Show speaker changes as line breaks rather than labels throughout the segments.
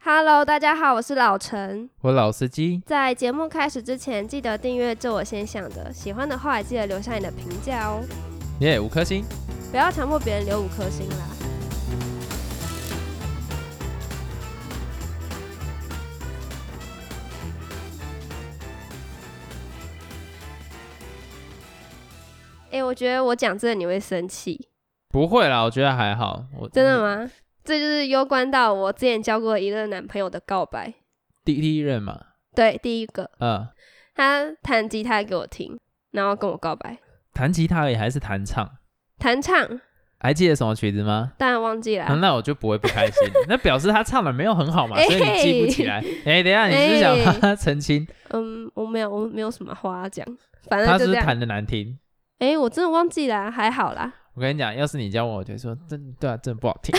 Hello，大家好，我是老陈。
我老司机，
在节目开始之前，记得订阅“这我先想的”，喜欢的话也记得留下你的评价哦，
耶、五颗星。
不要强迫别人留五颗星啦。哎、我觉得我讲这个你会生气，
不会啦，我觉得还好。我
真的吗？这就是攸关到我之前交过一任男朋友的告白。
第第一任嘛，
对，第一个
呃，
他弹吉他给我听，然后跟我告白，
弹吉他也还是弹唱，
弹唱，
还记得什么曲子吗？
当然忘记了。
啊那我就不会不开 心，那表示他唱的没有很好嘛，所以你记不起来。哎、等一下，你是不是想帮他 澄清，
嗯，我没有，我没有什么话讲，反正
他是
嗯就这
不是
样。
弹的难听？
哎、我真的忘记啦，还好啦。
我跟你讲，要是你教我，我就说真对啊，真的不好听。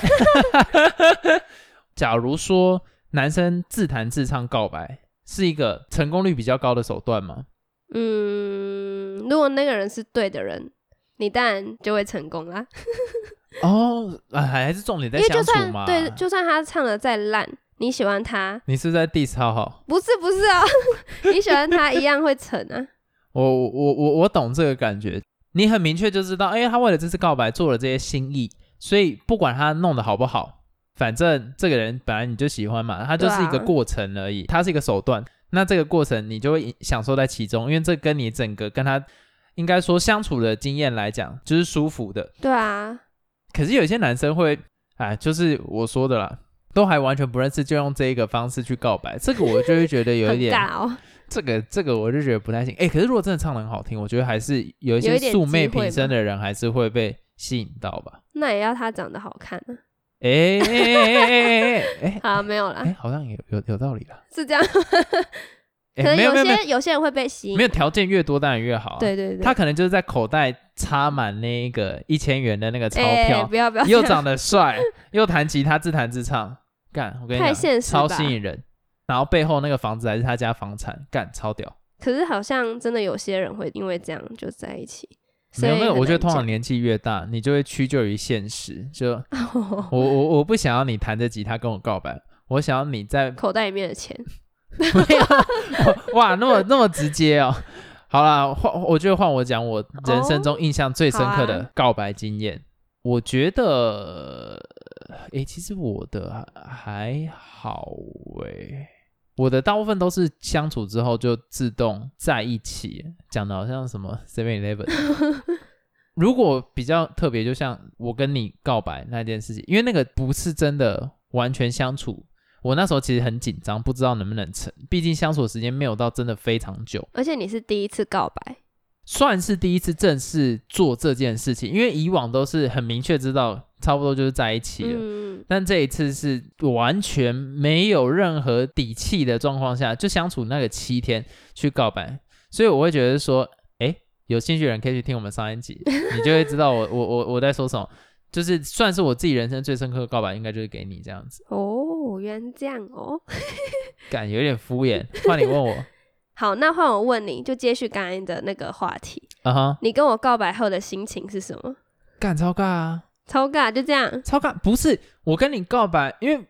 假如说男生自弹自唱告白是一个成功率比较高的手段吗？
嗯，如果那个人是对的人，你当然就会成功啦。
哦，啊还还是重点在
因为就
相
算
处嘛。
对，就算他唱的再烂，你喜欢他，
你是不是在 diss 浩浩？
不是不是哦， 你喜欢他一样会成啊。
我我我我我懂这个感觉，你很明确就知道，哎、他为了这次告白做了这些心意，所以不管他弄得好不好，反正这个人本来你就喜欢嘛，他就是一个
对啊
过程而已，他是一个手段。那这个过程你就会享受在其中，因为这跟你整个跟他应该说相处的经验来讲，就是舒服的。
对啊，
可是有些男生会，哎，就是我说的啦，都还完全不认识，就用这一个方式去告白，这个我就会觉得 有
很
一点
尬哦。
这个这个我就觉得不太行。哎、可是如果真的唱的很好听，我觉得还是有一
有
些
一点
素昧
机会
平生
吗
的人还是会被吸引到吧？
那也要他长得好看啊。
哎哎哎哎哎哎
好，没有啦，
哎，好像有有有道理了。
是这样。可
哎、
能
没有
有
没有没
些有些人会被吸
有
引，
没有条件越多当然越好、啊。，
对对对，
他可能就是在口袋插满那一个一千元的那个钞
哎
票，
不要不要这
又
样，
长得帅，又弹吉他自弹自唱，干！我跟你
太
讲，
现实
超
吧
吸引人。然后背后那个房子还是他家房产，干超屌。
可是好像真的有些人会因为这样就在一起，所
没
以
有没有，
很
我觉得
难
通常
讲
年纪越大，你就会屈就于现实。 就我我我不想要你弹着吉他跟我告白，我想要你 在
口袋里面的钱，
没有哇，那么那么直接哦。好啦，换我觉得换我讲我人生中印象最深刻
好
的告白经验。我觉得，呃诶、其实我的还还好诶、我的大部分都是相处之后就自动在一起，讲的好像什么 Seven Eleven。如果比较特别，就像我跟你告白那件事情，因为那个不是真的完全相处，我那时候其实很紧张，不知道能不能成，毕竟相处的时间没有到真的非常久。
而且你是第一次告白，
算是第一次正式做这件事情，因为以往都是很明确知道差不多就是在一起了，
嗯，
但这一次是完全没有任何底气的状况下，就相处那个七天去告白，所以我会觉得说，哎，有兴趣的人可以去听我们上一集，你就会知道我我我我在说什么，就是算是我自己人生最深刻的告白，应该就是给你这样子，
哦，原来这样哦。
感有点敷衍。换你问我，
好，那换我问你，就接续刚才的那个话题，
啊哈，
你跟我告白后的心情是什么？
干超尬啊！
超尬，就这样，
超尬，不是我跟你告白，因为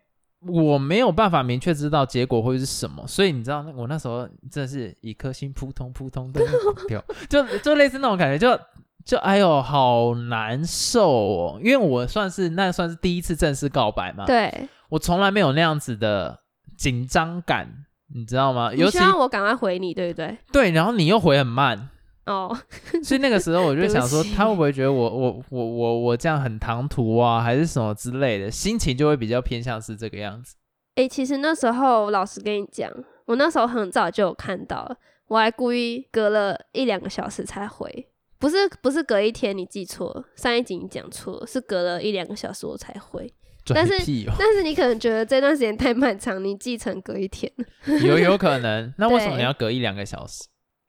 我没有办法明确知道结果会是什么，所以你知道，我那时候真的是一颗心扑通扑通的跳，就就类似那种感觉，就就哎呦，好难受哦，因为我算是那算是第一次正式告白嘛，
对，
我从来没有那样子的紧张感，你知道吗？
你
尤
希
其
望我赶快回你，对不对？
对，然后你又回很慢，
哦，
所以那个时候我就
对不
想说，
起
他会不会觉得我我我我我这样很唐突啊，还是什么之类的，心情就会比较偏向是这个样子。
诶，其实那时候老实跟你讲，我那时候很早就有看到了，我还故意隔了一两个小时才回，不是不是隔一天，你记错了，上一集你讲错了，是隔了一两个小时我才回。但是
拽屁哦，
但是你可能觉得这段时间太漫长，你记成隔一天，
有有可 能。那为什么
对
你要隔一两个小时？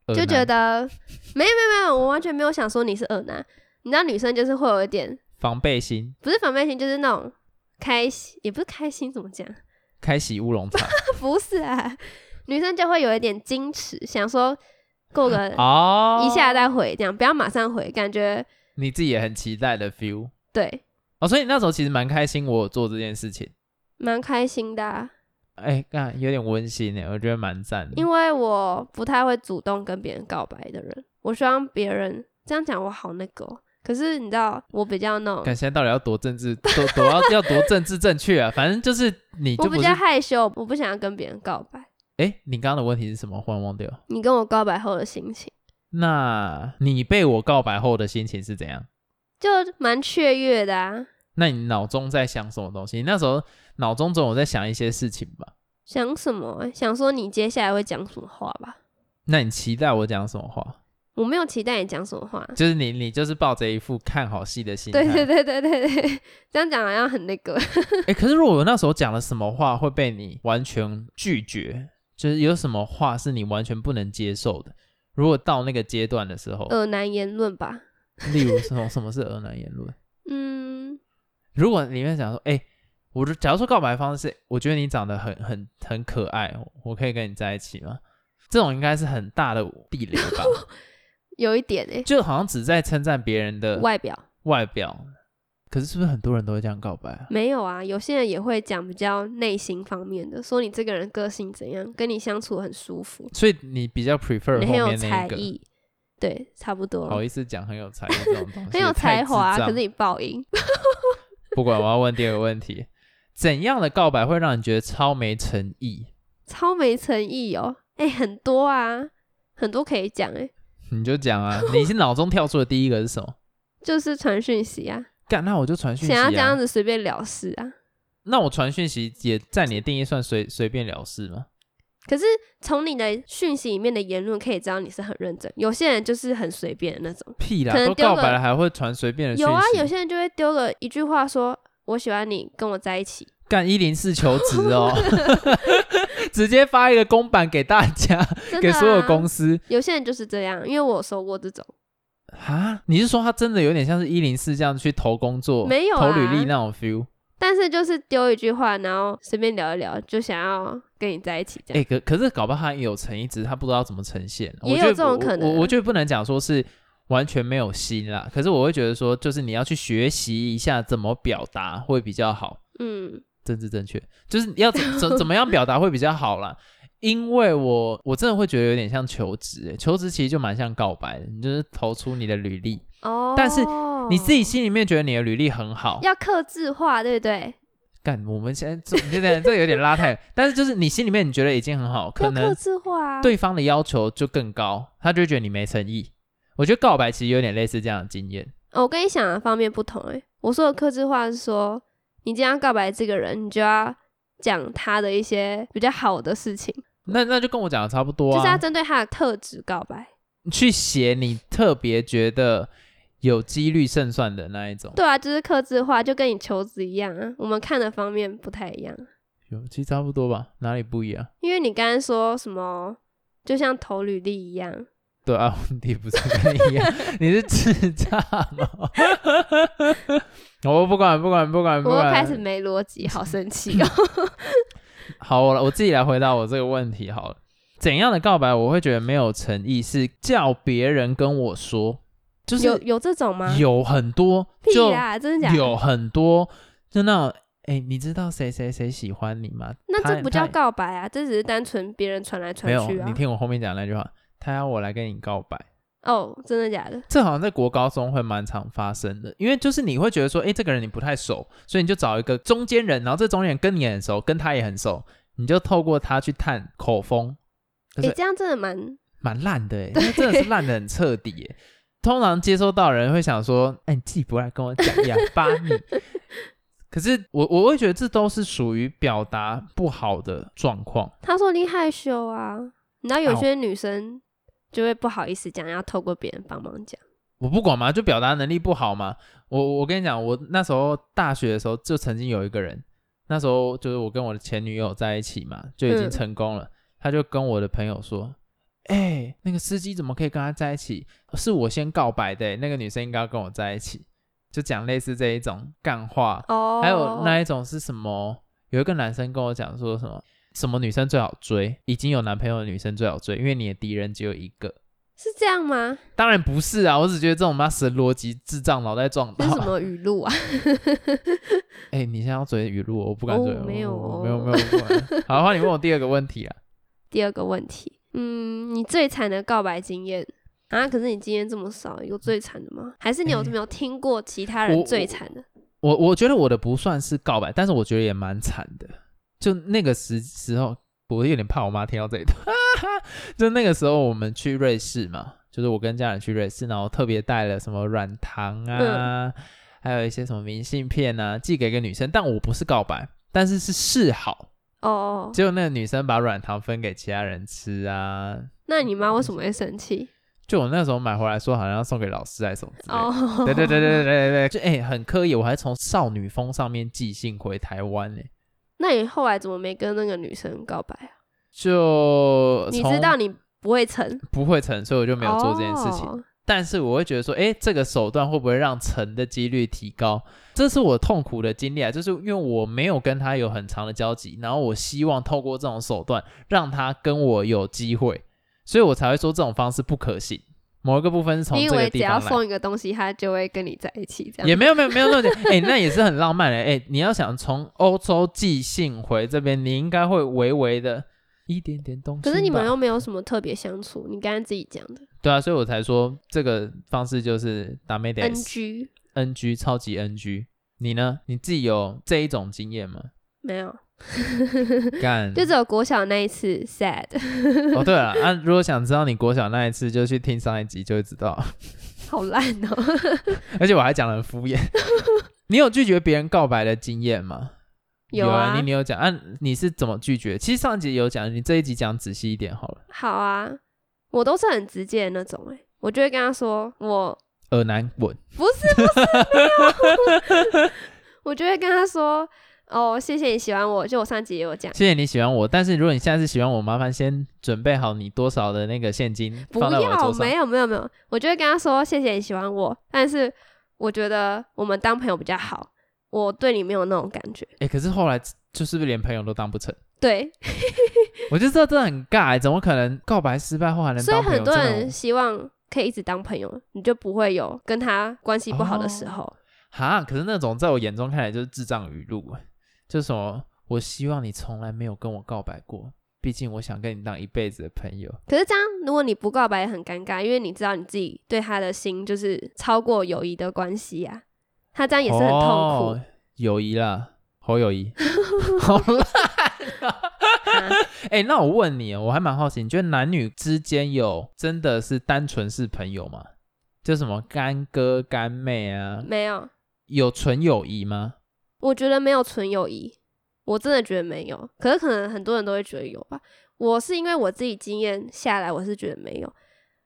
呃
就觉
那
得没有没有没有，我完全没有想说你是恶男，你知道女生就是会有一点
防备心，
不是防备心，就是那种开心，也不是开心，怎么讲？
开启乌龙茶
不是啊，女生就会有一点矜持，想说过个
哦，
一下再回，这样不要马上回，感觉
你自己也很期待的 feel
对，
哦，所以你那时候其实蛮开心，我有做这件事情。
蛮开心的啊、
哎，看有点温馨哎，我觉得蛮赞的。
因为我不太会主动跟别人告白的人，我希望别人这样讲我好那个哦、可是你知道，我比较那种，
看现在到底要多政治，多多要要多政治正确啊！反正就是你就
我
不
比
是
较害羞，我不想要跟别人告白。
哎，你刚刚的问题是什么？忽然忘掉。
你跟我告白后的心情，
那你被我告白后的心情是怎样？
就蛮雀跃的啊。
那你脑中在想什么东西？你那时候脑中总有在想一些事情吧？
想什么啊、想说你接下来会讲什么话吧？
那你期待我讲什么话？
我没有期待你讲什么话。
就是你，你就是抱着一副看好戏的心态。
对对对对对对， 这样讲好像很那个。
哎、可是如果我那时候讲了什么话会被你完全拒绝，就是有什么话是你完全不能接受的？如果到那个阶段的时候，
恶男言论吧。
例如什么什么是 恶男言论？
嗯，
如果里面讲说，哎、我就假如说告白方式，我觉得你长得很很很可爱，我可以跟你在一起吗？这种应该是很大的地雷 吧，
有一点欸诶、
就好像只在称赞别人的
外表
外表，可是是不是很多人都会这样告白啊？
没有啊，有些人也会讲比较内心方面的，说你这个人个性怎样，跟你相处很舒服，
所以你比较 prefer
你
后
很有
面那
才
一个，
艺，对，差不
好
多。
意思讲很有才艺这种东西，
很有
也太
才华，
智障
可是你爆音。
不管，我要问第二个问题：怎样的告白会让你觉得超没诚意？
超没诚意哦！哎、很多啊，很多可以讲哎、
你就讲啊，你是脑中跳出的第一个是什么？
就是传讯息啊，
干，那我就传讯息、
想要这样
啊。
子随便了事啊。
那我传讯息也在你的定义算随随便了事吗？
可是从你的讯息里面的言论可以知道你是很认真，有些人就是很随便的那种。
屁啦，
可能
都
丢
告
个
白了还会传随便的讯
有
息？
啊，有些人就会丢了一句话说：“我喜欢你，跟我在一起。
干一零四求职 哦， 直接发一个公版给大家，”
真的、
给
啊，
所有公司
有些人就是这样，因为我有收过这种，
啊？你是说他真的有点像是一零四这样去投工作、
没有
投
啊
履历那种 feel？
但是就是丢一句话，然后随便聊一聊，就想要跟你在一起这
哎、
样。
可可是搞不好他也有诚意，只是他不知道怎么呈现。
也有
我觉得
这种
我
可能
我我
啊
觉得不能讲说是完全没有心啦，可是我会觉得说，就是你要去学习一下怎么表达会比较好，
嗯，
政治正确，就是要怎怎 怎么样表达会比较好啦。因为我我真的会觉得有点像求职、欸，求职其实就蛮像告白的，你就是投出你的履历，
哦，
但是你自己心里面觉得你的履历很好，
要克制化，对不对？
干，我们现在这现在 这有点拉太，但是就是你心里面你觉得已经很好，可
要
能
克制化啊。
对方的要求就更高，他就会觉得你没诚意。我觉得告白其实有点类似这样的经验，
哦，我跟你想的方面不同诶、我说的克制化是说，你今天要告白这个人，你就要讲他的一些比较好的事情，
那那就跟我讲的差不多
就是要
啊。
针对他的特质告白。
去写你特别觉得有几率胜算的那一种。
对啊，就是克制化，就跟你求职一样啊。我们看的方面不太一样，
有，其实差不多吧，哪里不一样？
因为你刚刚说什么，就像投履历一样，
对啊，问题不是跟你一 样，你是智障哦。 我不管，不管，不管，不
我又
管。
开始没逻辑，好生 气哦。
好，我我自己来回答我这个问题好了。怎样的告白我会觉得没有诚意？是叫别人跟我说，就是
有有这种吗？
有很多，
屁
就
啦，真的假的？
有很多，就那种，哎、你知道谁谁谁喜欢你吗？
那
他
这不叫
他
告白啊，这只是单纯别人传来传
没有
去，啊
你。听我后面讲那句话，他要我来跟你告白，
哦，真的假的？
这好像在国高中会蛮常发生的，因为就是你会觉得说，哎、这个人你不太熟，所以你就找一个中间人，然后这中间人跟你也很熟，跟他也很熟，你就透过他去探口风，可
哎、
是
这样真的蛮
蛮烂的哎、那真的是烂的很彻底哎、通常接收到的人会想说：“哎、你自己不来跟我讲呀，巴你。”可是我我会觉得这都是属于表达不好的状况。
他说你害羞啊，你知道有些女生就会不好意思讲，要透过别人帮忙讲。
我不管嘛，就表达能力不好嘛。我我跟你讲，我那时候大学的时候就曾经有一个人，那时候就是我跟我的前女友在一起嘛，就已经
嗯
成功了。他就跟我的朋友说：“哎、那个司机怎么可以跟他在一起？是我先告白的、欸那个女生应该要跟我在一起。”就讲类似这一种干话，
哦，
还有那一种是什么？有一个男生跟我讲说什么什么女生最好追，已经有男朋友的女生最好追，因为你的敌人只有一个。
是这样吗？
当然不是啊，我只觉得这种妈神逻辑智障脑袋撞
这
到
是。什么语录啊？
哎、你现在要追语录，我不敢
哦
追、
没有
我
哦
没有，没有，没 有。好，换你问我第二个问题啊。
第二个问题，嗯，你最惨的告白经验啊？可是你经验这么少，有最惨的吗？还是你有
诶
没有听过其他
哎我
人最惨的？
我我觉得我的不算是告白，但是我觉得也蛮惨的。就那个时时候，我有点怕我妈听到这一段。 就那个时候，我们去瑞士嘛，就是我跟家人去瑞士，然后特别带了什么软糖
嗯
啊，还有一些什么明信片啊，寄给一个女生。但我不是告白，但是是示好。
哦哦，
结果那个女生把软糖分给其他人吃啊。
那你妈为什么会生气？
就我那时候买回来说，好像要送给老师还是什么之类的。
哦，
对对对对对对对，就哎、很刻意，我还从少女峰上面寄信回台湾哎呢、
那你后来怎么没跟那个女生告白啊？
就
你
从
知道你不会成，
不会成，所以我就没有做这件事情。
哦
但是我会觉得说，哎，这个手段会不会让成的几率提高？这是我痛苦的经历啊，就是因为我没有跟他有很长的交集，然后我希望透过这种手段让他跟我有机会，所以我才会说这种方式不可行。某一个部分是从
你以
这个
为
地
只
方
要
来。
送一个东西，他就会跟你在一起这样？
也没有没有没有那么简单，哎、那也是很浪漫的。哎、你要想从欧洲寄信回这边，你应该会微微的一点点东西吧。
可是你们又没有什么特别相处，你刚刚自己讲的
对啊，所以我才说这个方式就是打妹的
NG
NG 超级 NG。你呢？你自己有这一种经 验吗？
没有，
嗯干，
就只有国小那一次 sad，
哦。对了，啊，如果想知道你国小那一次，就去听上一集就会知道。
好烂哦、
而且我还讲的很 敷衍。你有拒绝别人告白的经验吗？
有
啊，
啊
你你有讲啊？你是怎么拒绝？其实上一集有讲，你这一集讲仔细一点好了。
好啊，我都是很直接的那种哎、我就会跟他说，我
耳难滚，
不是不是没有，我就会跟他说，哦，谢谢你喜欢我，就我上集也有讲，
谢谢你喜欢我，但是如果你下次喜欢我，麻烦先准备好你多少的那个现金
不
放在我的
要
桌，上
没。有没有没有，我就会跟他说，谢谢你喜欢我，但是我觉得我们当朋友比较好，我对你没有那种感觉，
哎、可是后来就是不是连朋友都当不成？
对，
我就知道这很尬、欸，怎么可能告白失败后还能
所以
当朋友？
很多
这
人
种
希望可以一直当朋友，你就不会有跟他关系不好的时
哦
候。
哈，可是那种在我眼中看来就是智障语录，欸就什么我希望你从来没有跟我告白过，毕竟我想跟你当一辈子的朋友。
可是这样，如果你不告白也很尴尬，因为你知道你自己对他的心就是超过友谊的关系啊。他这样也是很痛苦。
哦友谊啦，侯友谊， 好烂、
啊
哎、那我问你，我还蛮好奇，你觉得男女之间有真的是单纯是朋友吗？就什么干哥干妹啊，
没有，
有纯友谊吗？
我觉得没有纯友谊，我真的觉得没有。可是可能很多人都会觉得有吧。我是因为我自己经验下来，我是觉得没有。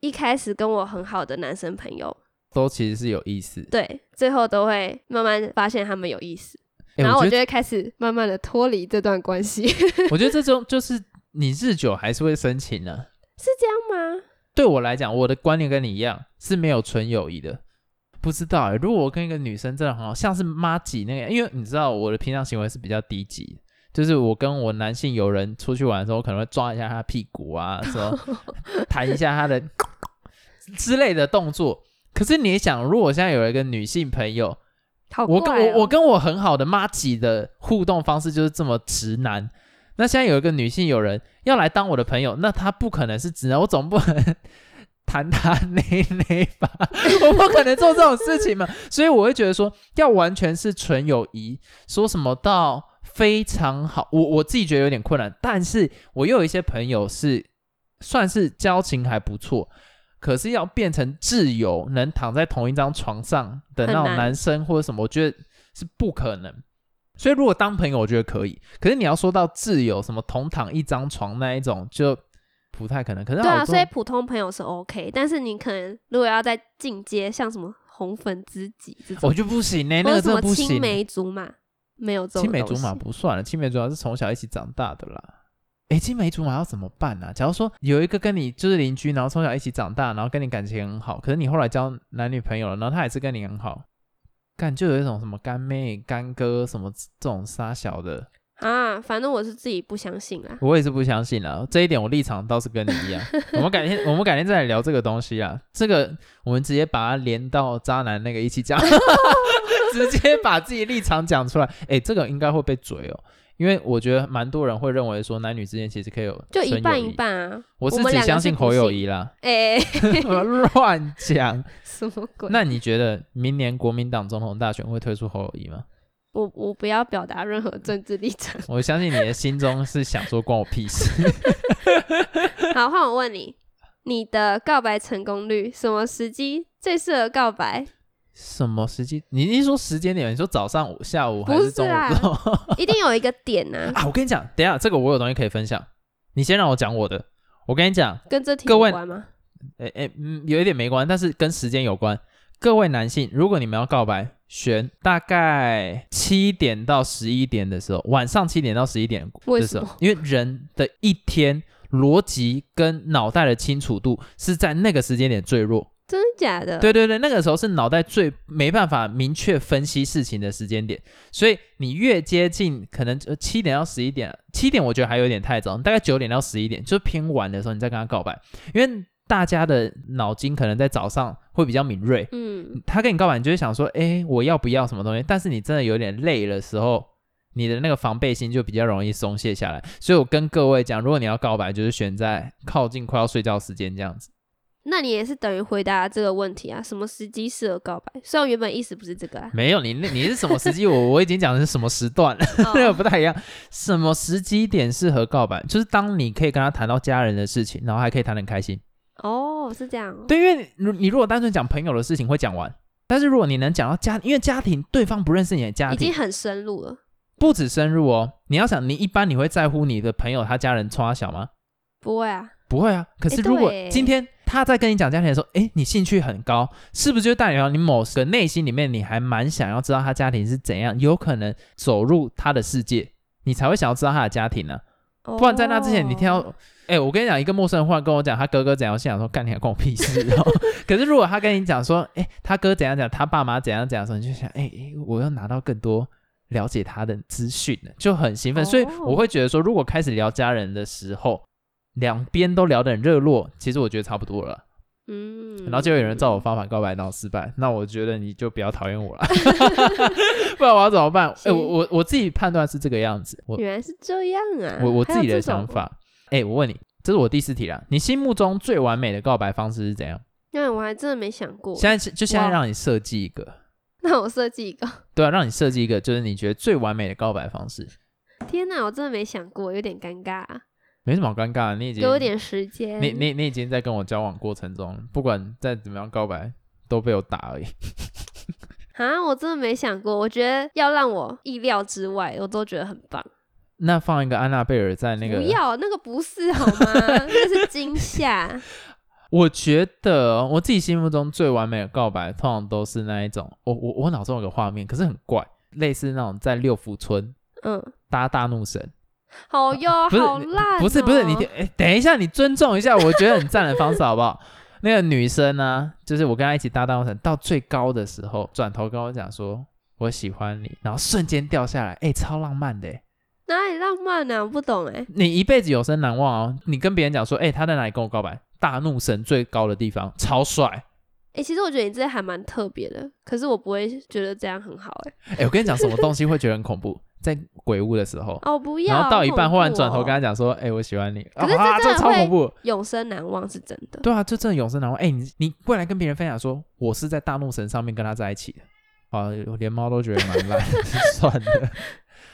一开始跟我很好的男生朋友，
都其实是有意思。
对，最后都会慢慢发现他们有意思。
哎
然后我
我觉
就会开始慢慢的脱离这段关系， 是
得，我觉得这种就是你日久还是会生情呢、
这样吗？
对我来讲，我的观念跟你一样，是没有纯友谊的。不知道、欸，如果我跟一个女生真的很好，像是妈吉那个，因为你知道我的平常行为是比较低级，就是我跟我男性友人出去玩的时候，我可能会抓一下他屁股啊，说弹一下他的 之类的动作。可是你也想，如果我现在有一个女性朋友，
好怪、
我
哦
跟我我跟我很好的妈吉的互动方式就是这么直男。那现在有一个女性友人要来当我的朋友，那她不可能是直男，我总不能 弹她 内内吧？ 我不可能做这种事情嘛。所以我会觉得说，要完全是纯友谊，说什么到非常好，我我自己觉得有点困难。但是我又有一些朋友是算是交情还不错，可是要变成挚友，能躺在同一张床上的那种
很难
男生或者什么，我觉得是不可能。所以如果当朋友，我觉得可以。可是你要说到挚友，什么同躺一张床那一种，就不太可能。可是
对啊，
好多
所以普通朋友是 OK，但是你可能如果要再进阶，像什么红粉知己这种，
我就不行呢、
或
哦哎
者
那个
什
真
么
的不
青
行。欸
梅竹马，没有这种
青梅
东
竹马
西
不算了，青梅竹马是从小一起长大的啦。诶，青梅竹马要怎么办呢、啊？假如说有一个跟你就是邻居，然后从小一起长大，然后跟你感情很好，可是你后来交男女朋友了，然后他还是跟你很好，干就有一种什么干妹、干哥什么这种傻小的，
啊，反正我是自己不相信啦。
我也是不相信啦，这一点我立场倒是跟你 一样。我们改天，我们改天再来聊这个东西啊。这个我们直接把它连到渣男那个一起讲， 直接把自己立场讲出来。哎、这个应该会被嘴哦，因为我觉得蛮多人会认为说男女之间其实可以有
就一
纯友
半
谊
一。半啊，
我是
我们
只
两个
相信
是不
侯友
信
谊 啦，
哎、
我乱 讲。
什么鬼？
那你觉得明年国民党总统大选会推出侯友谊吗？
我我不要表达任何政治立场。
我相信你的心中是想说关我屁事。
好，换我问你，你的告白成功率，什么时机最适合告白？
什么时机？你一说时间点，你说早上、午下午还
不
是中午？
是啊一定有一个点呐、
啊，我跟你讲，等一下这个我有东西可以分享，你先让我讲我的。我跟你讲，
跟这题
各
有
位
关吗？
诶诶，嗯，有一点没关，但是跟时间有关。各位男性，如果你们要告白，选大概七点到十一点的时候，晚上七点到十一点
为
的
什
时
么
候，因为人的一天逻辑跟脑袋的清楚度是在那个时间点最弱。
真的假的？
对对对，那个时候是脑袋最没办法明确分析事情的时间点，所以你越接近可能七点到十一点，七点我觉得还有点太早，大概九点到十一点就是偏晚的时候，你再跟他告白，因为大家的脑筋可能在早上会比较敏锐，
嗯，
他跟你告白，你就会想说，哎，我要不要什么东西？但是你真的有点累的时候，你的那个防备心就比较容易松懈下来。所以我跟各位讲，如果你要告白，就是选在靠近快要睡觉时间这样子。
那你也是等于回答这个问题啊，什么时机适合告白？虽然原本意思不是这个啊
，没有你，那你是什么时机？我我已经讲的是什么时段了，那个
哦、
不太一样。什么时机点适合告白？就是当你可以跟他谈到家人的事情，然后还可以谈得很开心。
哦是这样哦，
对，因为你你如果单纯讲朋友的事情会讲完，但是如果你能讲到家，因为家庭对方不认啊识你的家
已经
庭，
很深入了，
不止深入哦。你要想，你一般你会在乎你的朋友他家人冲他小吗？
不会啊，
不会啊。可
诶
是如果
对
今天他在跟你讲家庭的时候，诶，你兴趣很高，是不是就代表你某个内心里面你还蛮想要知道他家庭是怎样，有可能走入他的世界，你才会想要知道他的家庭呢、不然在那之前你听到
哦，
诶，我跟你讲，一个陌生人忽然跟我讲他哥哥怎样，我心想说干你还关我屁事哦。 可是如果他跟你讲说，诶，他哥怎样讲，他爸妈怎样怎样的时候，你就想，诶，诶我要拿到更多。了解他的资讯了，就很兴奋，所以
哦
我会觉得说，如果开始聊家人的时候，两边都聊得很热络，其实我觉得差不多了。
嗯，
然后就有人照我方法告白，然后失败，那我觉得你就不要讨厌 我了， 不然我要怎么办？哎、
行
我我我自己判断是这个样子，我
原来是这样啊，
我我
还
自己
有
的
这种
想，法。哎、我问你，这是我第四题了，你心目中最完美的告白方式是怎样？
因为我还真的没想过，
现在是就现在
哇
让你设计一个，
那我设计一个，
对啊，让你设计一个，就是你觉得最完美的告白方式，
天哪，我真的没想过，有点尴尬、啊，
没什么好尴尬的，啊你已经
给我点时间，
你你你已经在跟我交往过程中，不管再怎么样告白，都被我打而已。
啊，我真的没想过，我觉得要让我意料之外，我都觉得很棒。
那放一个安娜贝尔在那个，
不要那个不是好 吗？那是惊吓。
我觉得我自己心目中最完美的告白，通常都是那一种，我我我脑中有个画面，可是很怪，类似那种在六福村
嗯，
搭大怒神，
好哟，
不是
好烂哦、
不是不是你听，哎，等一下，你尊重一下，我觉得很赞的方式好不好？ 那个女生呢、就是我跟她一起搭大怒神，到最高的时候，转头跟我讲说我喜欢你，然后瞬间掉下来，哎、超浪漫的、哎
哪里浪漫呢、啊？我不懂哎、
你一辈子有生难忘哦。你跟别人讲说，哎、他在哪里跟我告白？大怒神最高的地方，超帅。
哎、其实我觉得你这还蛮特别的，可是我不会觉得这样很好哎、
哎、我跟你讲，什么东西会觉得很恐怖？在鬼屋的时候，
哦，不要，
然后到一
好恐
半，
怖
忽然转头
哦
跟他讲说，哎、我喜欢你。
可是
啊，
这真
这
的
超
会
恐怖。
永生难忘是真的。
对啊，就真的永生难忘。哎、你你未来跟别人分享说，我是在大怒神上面跟他在一起的。啊，我连猫都觉得蛮烂， 算了。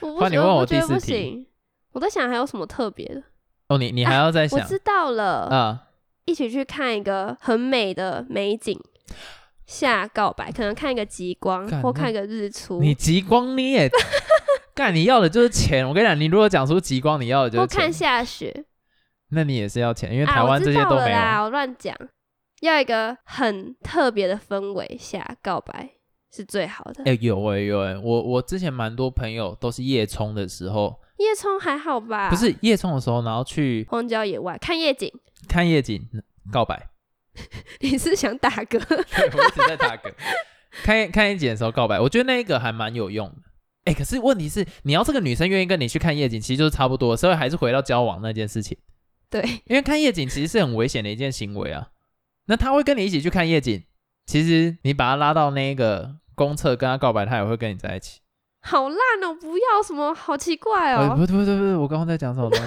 我不
换你
觉得
问我
我觉得
第四
不
题
行。我在想还有什么特别的，
哦，你你还要再
我
想
知道了，
啊？
一起去看一个很美的美景下告白，可能看一个极光
干
或
那
看一个日出，
你极光你也干，你要的就是钱。我跟你讲，你如果讲出极光，你要的就
或
是钱。
看下雪。
那你也是要钱，因为
啊，
台湾这些
我
都
知道了
没有。
啦，我乱讲。要一个很特别的氛围下告白是最好的。
哎、有哎、有哎、我我之前蛮多朋友都是夜冲的时候，
夜冲还好吧？
不是夜冲的时候，然后去
荒郊野外看夜景，
看夜景告白，
你是想打嗝？
对我一直在打嗝。看夜看夜景的时候告白，我觉得那一个还蛮有用的。哎、哎、可是问题是，你要这个女生愿意跟你去看夜景，其实就是差不多，所以还是回到交往那件事情。
对，
因为看夜景其实是很危险的一件行为啊。那他会跟你一起去看夜景，其实你把他拉到那个公厕跟他告白，他也会跟你在一起。
好烂哦，不要什么，好奇怪
呃
哦。
不不不不，我刚刚在讲 什么东西？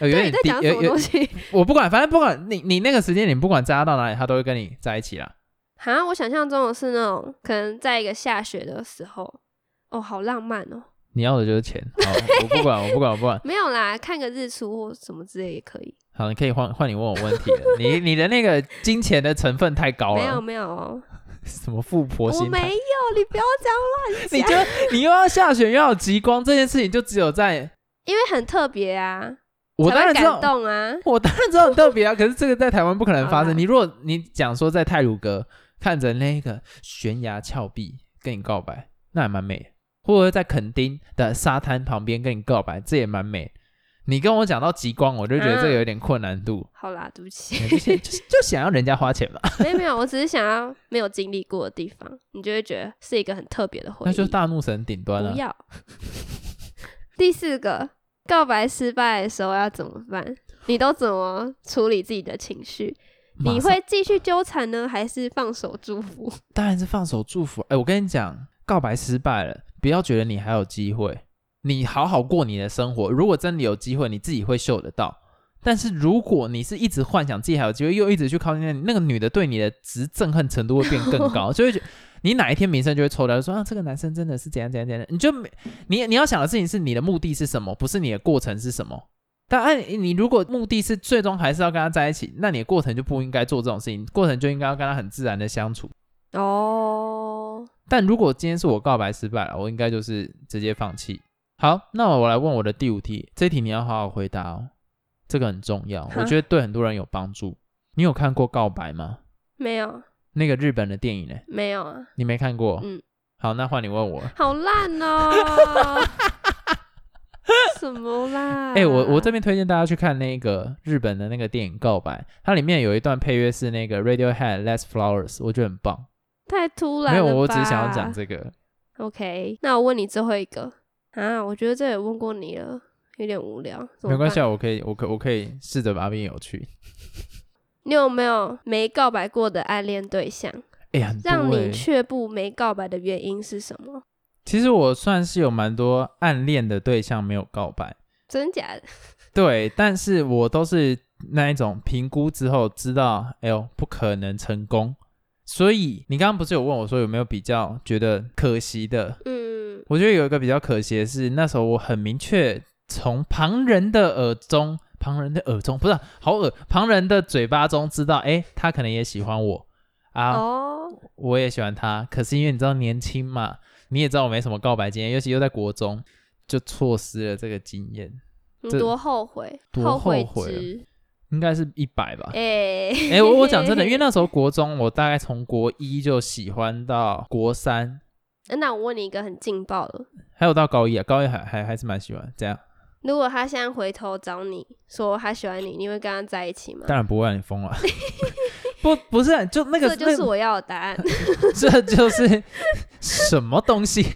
呃有
对，
点
你在
低
讲
有
什么
有
东西？
我不管，反正不管你你那个时间点，不管扎到哪里，他都会跟你在一起啦。
哈，我想象中的是那种可能在一个下雪的时候，哦，好浪漫哦。
你要的就是钱，好，我不管，我不管，我不管。
没有啦，看个日出或什么之类也可以。
好，你可以换换你问我问题了。你 你的那个金钱的成分太高
没有
了，
没有哦，
什么富婆
我
心
没
态？
有，你不要这样。
你就你又要下雪又要有极光，这件事情就只有在
因为很特别啊，
我
才
当
会
然知
感
道，
动啊。
我当然知道很特别啊。可是这个在台湾不可能发
好啦
生。你如果你讲说在泰鲁阁看着那个悬崖峭壁跟你告白，那也蛮美的；或者在垦丁的沙滩旁边跟你告白，这也蛮美。你跟我讲到极光，我就觉得
嗯
这个有点困难 度。
好啦，对不起，
就想就就想要人家花钱嘛，
没有没有，我只是想要没有经历过的地方，你就会觉得是一个很特别的回忆。
那就是大怒神顶端了、啊
不要。第四个，告白失败的时候要怎么办？你都怎么处理自己的情绪？
马
你
上
会继续纠缠呢，还是放手祝福？
当然是放手祝福。哎，我跟你讲，告白失败了，不要觉得你还有机会，你好好过你的生活。如果真的有机会，你自己会嗅得到。但是如果你是一直幻想自己还有机会，又一直去靠近那那个女的，对你的值憎恨程度会变更 高，就会觉你哪一天名声就会抽掉，说啊这个男生真的是怎样怎样怎样，你就没你你要想的事情是你的目的是什么，不是你的过程是什么。但按你如果目的是最终还是要跟他在一起，那你的过程就不应该做这种事情，过程就应该要跟他很自然的相处。
哦，
但如果今天是我告白失败了，我应该就是直接放弃。好，那我来问我的第五题，这题你要好好回答哦，这个很重要，
哈
我觉得对很多人有帮助。你有看过《告白》吗？
没有，
那个日本的电影呢？
没有啊，
你没看过？
嗯。
好，那换你问我。
好烂 哦！什么啦？
哎、我我这边推荐大家去看那个日本的那个电影《告白》，它里面有一段配乐是那个 Radiohead《Less Flowers》，我觉得很棒。
太突然
没
了
有，
吧。
我只是想要讲这个。
OK，那我问你最后一个啊，我觉得这也问过你了，有点无聊。怎么
没关
办
系，啊，我可以，我可我可以试着把它变有趣。
你有没有没告白过的暗恋对象？
哎、很多、欸、
让你却步没告白的原因是什么？
其实我算是有蛮多暗恋的对象没有告白，
真假的？
对，但是我都是那一种评估之后知道，哎呦，不可能成功。所以你刚刚不是有问我说有没有比较觉得可惜的？
嗯，
我觉得有一个比较可惜的是，那时候我很明确从旁人的耳中，旁人的耳中不是好耳，旁人的嘴巴中知道，哎，他可能也喜欢我 啊，
哦，
我也喜欢他，可是因为你知道年轻嘛，你也知道我没什么告白经验，尤其又在国中，就错失了这个经验，
你
这
多后悔，
多
后悔
后悔啊
之
应该是一百吧。
哎、
哎、我我讲真的，因为那时候国中，我大概从国一就喜欢到国三，
那我问你一个很劲爆的，
还有到高一啊，高一还还还是蛮喜欢。这样
如果他现在回头找你说他喜欢你，你会跟他在一起吗？
当然不会让你疯了， 不不是，啊就
这
那个
个
那
就
个
是我要的答案。
这就是什么东西？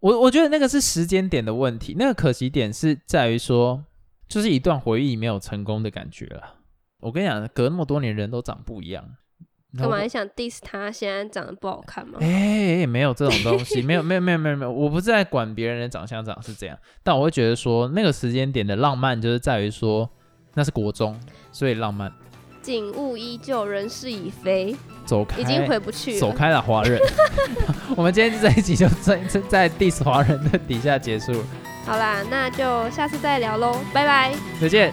我我觉得那个是时间点的问题，那个可惜点是在于说，就是一段回忆没有成功的感觉了。我跟你讲，隔那么多年，人都长不一样。然
干
后
嘛
我
你想 diss 他现在长得不好看吗？
哎、没有这种东 西，没有，没有，没有，没有，没有，我不是在管别人的长相长是怎样，但我会觉得说，那个时间点的浪漫就是在于说，那是国中，所以浪漫
景物依旧，人事已非，
走开，
已经回不去
走
了。
开了，华人。 我们今天这一集就在在在 diss 华人的底下结束了，
好啦，那就下次再聊喽，拜拜。
再见。